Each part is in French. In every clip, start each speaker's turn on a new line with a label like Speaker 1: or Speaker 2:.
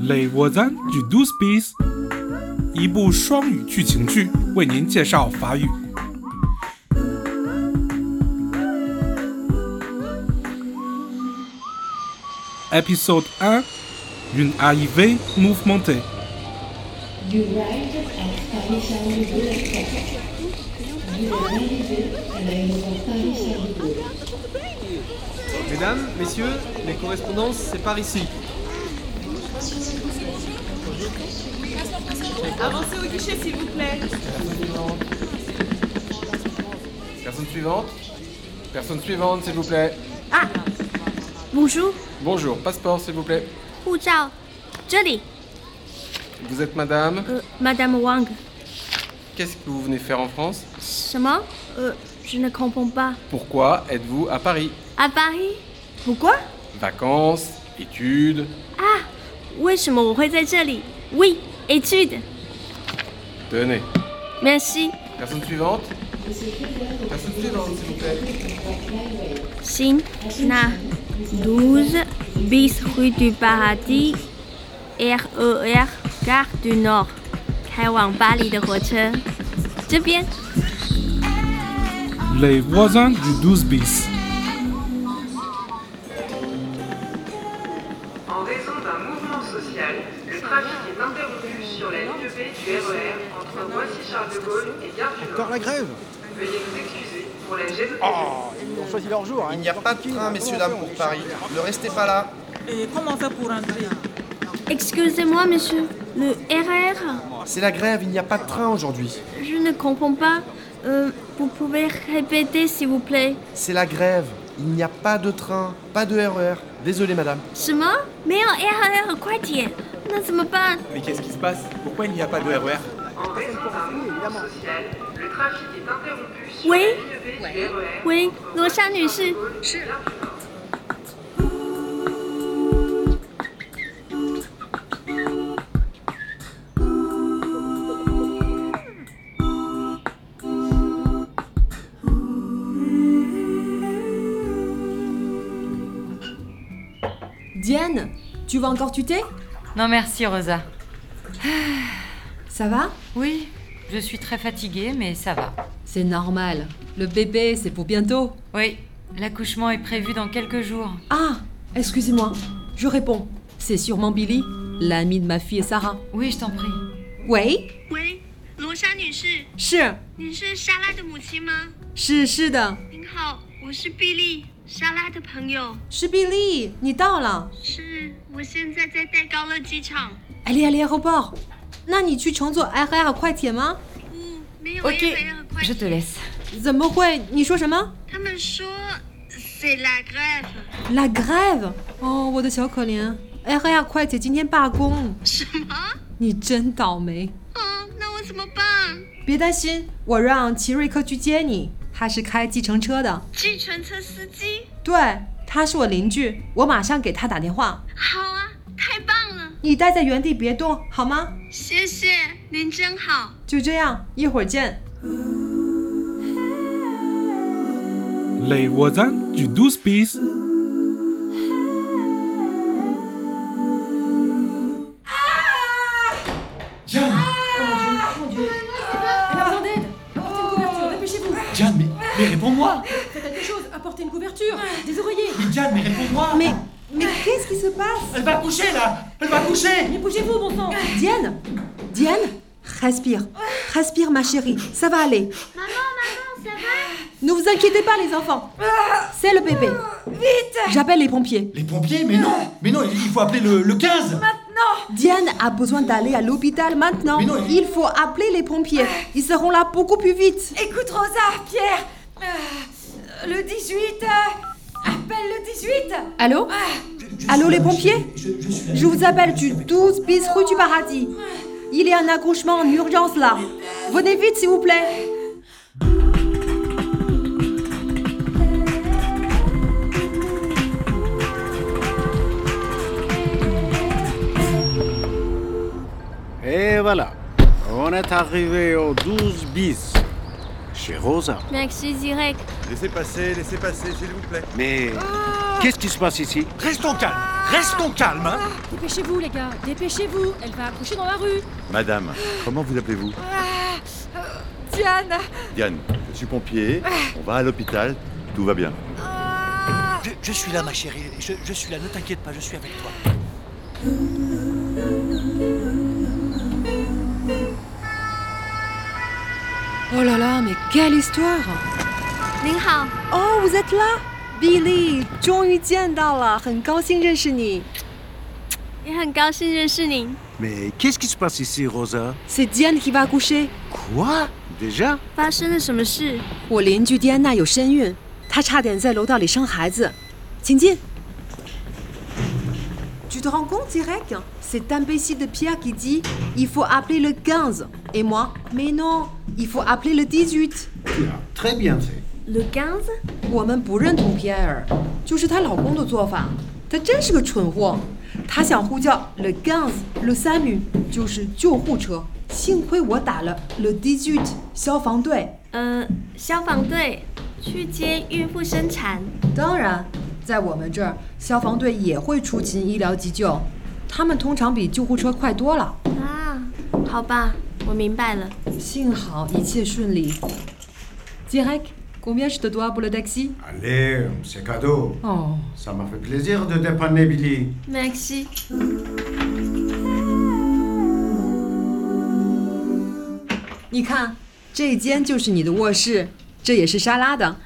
Speaker 1: Les voisins du d o u s p i s 一部双语剧情剧，为您介绍法语。Épisode 1 Une arrivée mouvementée.
Speaker 2: You arrived at Paris Saint-Denis Airport. You arrived à l'aéroport Paris Saint-Denis.
Speaker 3: Mesdames, messieurs, les correspondances, c'est par ici.
Speaker 4: Avancez au guichet, s'il vous plaît.
Speaker 3: Personne suivante Personne suivante, s'il vous plaît.
Speaker 5: Bonjour，
Speaker 3: Bonjour, passeport, s'il vous plaît.
Speaker 5: 护照，这里，
Speaker 3: Vous êtes madame
Speaker 5: 呃，Madame Euh, Wang，
Speaker 3: Qu'est-ce que vous venez faire en France
Speaker 5: 什么？呃，je euh, ne comprends pas。
Speaker 3: Pourquoi êtes-vous à Paris
Speaker 5: À Paris？Pourquoi？
Speaker 3: Vacances Études
Speaker 5: 啊，为什么我会在这里？Oui，étude。
Speaker 3: Tenez.
Speaker 5: Merci。
Speaker 3: Personne suivante Personne suivante, s'il vous plaît.
Speaker 5: 行，那 douze bis rue du Paradis RER Gare du Nord，开往巴黎的火车，这边。
Speaker 1: Les voisins du 12 bis.
Speaker 6: En raison d'un mouvement social, le trafic est interrompu sur la ligne B du RER entre Boissy-Charles de Gaulle et Gare du Nord.
Speaker 7: Encore la grève
Speaker 6: Veuillez nous excuser pour la gêne.
Speaker 7: Ils ont choisi leur jour. hein.
Speaker 8: Il n'y a pas de train, messieurs, dames, pour Paris. Ne restez pas là.
Speaker 4: Et comment ça pour entrer
Speaker 5: Excusez-moi, monsieur. Le RER
Speaker 8: C'est la grève, il n'y a pas de train aujourd'hui.
Speaker 5: Je ne comprends pas. Euh, vous pouvez répéter, s'il vous plaît.
Speaker 8: C'est la grève. Il n'y a pas de train, pas de RER. Désolé, madame.
Speaker 5: 什么？没有 RER，快点！那怎么办？
Speaker 3: Mais qu'est-ce qui se passe Pourquoi il n'y a pas de E RER
Speaker 6: En raison d'un mouvement social, le trafic est interrompu sur
Speaker 5: Oui.
Speaker 6: la ligne B du RER.
Speaker 5: 喂，罗莎女士，
Speaker 9: Diane, tu vas encore tuter
Speaker 10: Non merci Rosa.
Speaker 9: Ça va
Speaker 10: Oui, je suis très fatiguée mais ça va.
Speaker 9: C'est normal. Le bébé, c'est pour bientôt.
Speaker 10: Oui, l'accouchement est prévu dans quelques jours.
Speaker 9: Ah, excusez-moi. Je réponds. C'est sûrement Billy, l'ami de ma fille et Sarah.
Speaker 10: Oui, je t'en prie.
Speaker 9: Oui
Speaker 5: 喂，罗莎女士，
Speaker 9: 是
Speaker 5: 您是莎拉的母亲吗？
Speaker 9: 是是的，
Speaker 5: 您好，我是碧丽，莎拉的朋友。
Speaker 9: 是 Billy. 你到了。
Speaker 5: 是，我现在在戴高乐机场。
Speaker 9: Elle est à l'aéroport. 那你去乘坐 RR 快铁吗？
Speaker 5: 不，没有
Speaker 10: Ok,
Speaker 5: RER，快
Speaker 10: je te
Speaker 5: 点。
Speaker 10: laisse.
Speaker 9: 怎么会？你说什么
Speaker 5: 他们说，c'est la grève。
Speaker 9: ？La grève？哦，我的小可怜，RR 哎快铁今天罢工，
Speaker 5: 什么？
Speaker 9: 你真倒霉。
Speaker 5: 嗯，那我怎么办？
Speaker 9: 别担心，我让奇瑞克去接你，他是开计程车的。
Speaker 5: 计程车司机？
Speaker 9: 对，他是我邻居，我马上给他打电话。
Speaker 5: 好啊，太棒了，
Speaker 9: 你待在原地别动，好吗？
Speaker 5: 谢谢您，真好。
Speaker 9: 就这样，一会儿见。
Speaker 1: Les voisins du 12 bis.
Speaker 11: Diane, mais, mais réponds-moi
Speaker 4: Quelque chose, apportez une couverture, des oreillers.
Speaker 11: Mais Diane, mais réponds-moi
Speaker 9: Mais mais
Speaker 5: 哎
Speaker 9: qu'est-ce qui se passe
Speaker 11: Elle va coucher, là Elle va coucher
Speaker 4: Mais bougez-vous, bon sang.
Speaker 9: Diane, Diane, respire, respire ma chérie, ça va aller. Maman, maman, ça va Ne vous inquiétez pas les enfants, c'est le bébé. Vite J'appelle les pompiers.
Speaker 11: Les pompiers Mais non Mais non, il il faut appeler le, le 15
Speaker 9: Diane a besoin d'aller à l'hôpital maintenant.
Speaker 11: Mais non, il-
Speaker 9: Il faut appeler les pompiers. Ils seront là beaucoup plus vite.
Speaker 4: Écoute, Rosa, Pierre. euh, le 18. appelle le Ah. 18.
Speaker 9: Allô Allô, les pompiers Je vous appelle du 12 bis rue du Paradis. Il y a un accouchement en urgence là. Venez vite s'il vous plaît.
Speaker 12: Et voilà, on est arrivé au 12 bis, chez Rosa.
Speaker 5: Merci Zirek.
Speaker 7: Laissez passer, laissez passer, s'il vous plaît.
Speaker 12: Mais Qu'est-ce qui se passe ici
Speaker 13: Restons calmes Restons calmes hein
Speaker 4: Dépêchez-vous, les gars, dépêchez-vous. Elle va accoucher dans la rue.
Speaker 13: Madame, comment vous appelez-vous
Speaker 4: Ah, euh, Diane
Speaker 13: Diane, je suis pompier, on va à l'hôpital, tout va bien.
Speaker 14: Je, je suis là, ma chérie. Je, je suis là. Ne t'inquiète pas, je suis avec toi.
Speaker 9: Oh là là, mais quelle histoire Oh, vous êtes là Billy, 终于见到了，很高兴认识你。
Speaker 5: 也很高兴认识您。
Speaker 12: Mais qu'est-ce qui se passe ici, Rosa
Speaker 9: C'est Diane qui va accoucher。
Speaker 12: Quoi Déjà
Speaker 5: 发生了什么事？
Speaker 9: 我邻居迪安娜有身孕，她差点在楼道里生孩子。请进。Tu te rends compte, Eric Cet imbécile de Pierre qui dit il faut appeler le 15. Et moi, mais non, il faut appeler le 18.
Speaker 11: Très bien fait.
Speaker 9: Le 15？我们不认同 Pierre，就是她老公的做法。她真是个蠢货，她想呼叫 Le 15 Le SAMU，就是救护车。幸亏我打了 Le 18消防队。
Speaker 5: 呃，消防队去接孕妇生产。
Speaker 9: 当然，在我们这儿，消防队也会出勤医疗急救，他们通常比救护车快多了。
Speaker 5: 啊，好吧，我明白了。
Speaker 9: 幸好一切顺利。Direct, combien je te dois pour le taxi?
Speaker 12: Allez, c'est cadeau.
Speaker 9: Oh.
Speaker 12: Ça m'a fait plaisir de dépanner Billy.
Speaker 5: Merci.
Speaker 9: 你看，这间就是你的卧室，这也是莎拉的。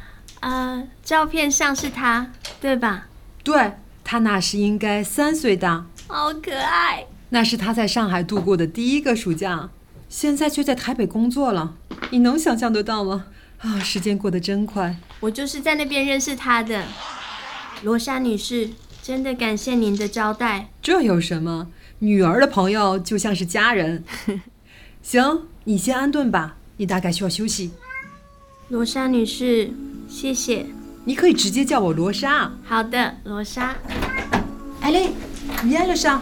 Speaker 5: 呃，照片上是她，对吧？
Speaker 9: 对，她那时应该三岁大，
Speaker 5: 好可爱。
Speaker 9: 那是她在上海度过的第一个暑假，现在却在台北工作了。你能想象得到吗？啊，时间过得真快。
Speaker 5: 我就是在那边认识她的。罗莎女士，真的感谢您的招待。
Speaker 9: 这有什么？女儿的朋友就像是家人。行，你先安顿吧，你大概需要休息。
Speaker 5: 罗莎女士，谢谢。
Speaker 9: 你可以直接叫我罗莎。哎
Speaker 5: 好的，罗莎。
Speaker 9: Allez, viens le chat.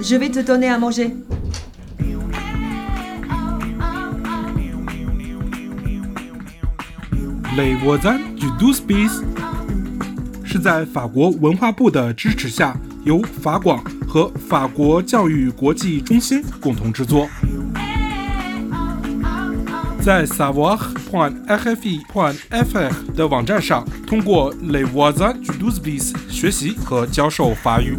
Speaker 9: Je vais te donner à manger.
Speaker 1: Les voisins du douze bis 是在法国文化部的支持下，由法广和法国教育国际中心共同制作。在 savoir.rfi.fr 的网站上，通过 Les voisins du douze bis 学习和教授法语。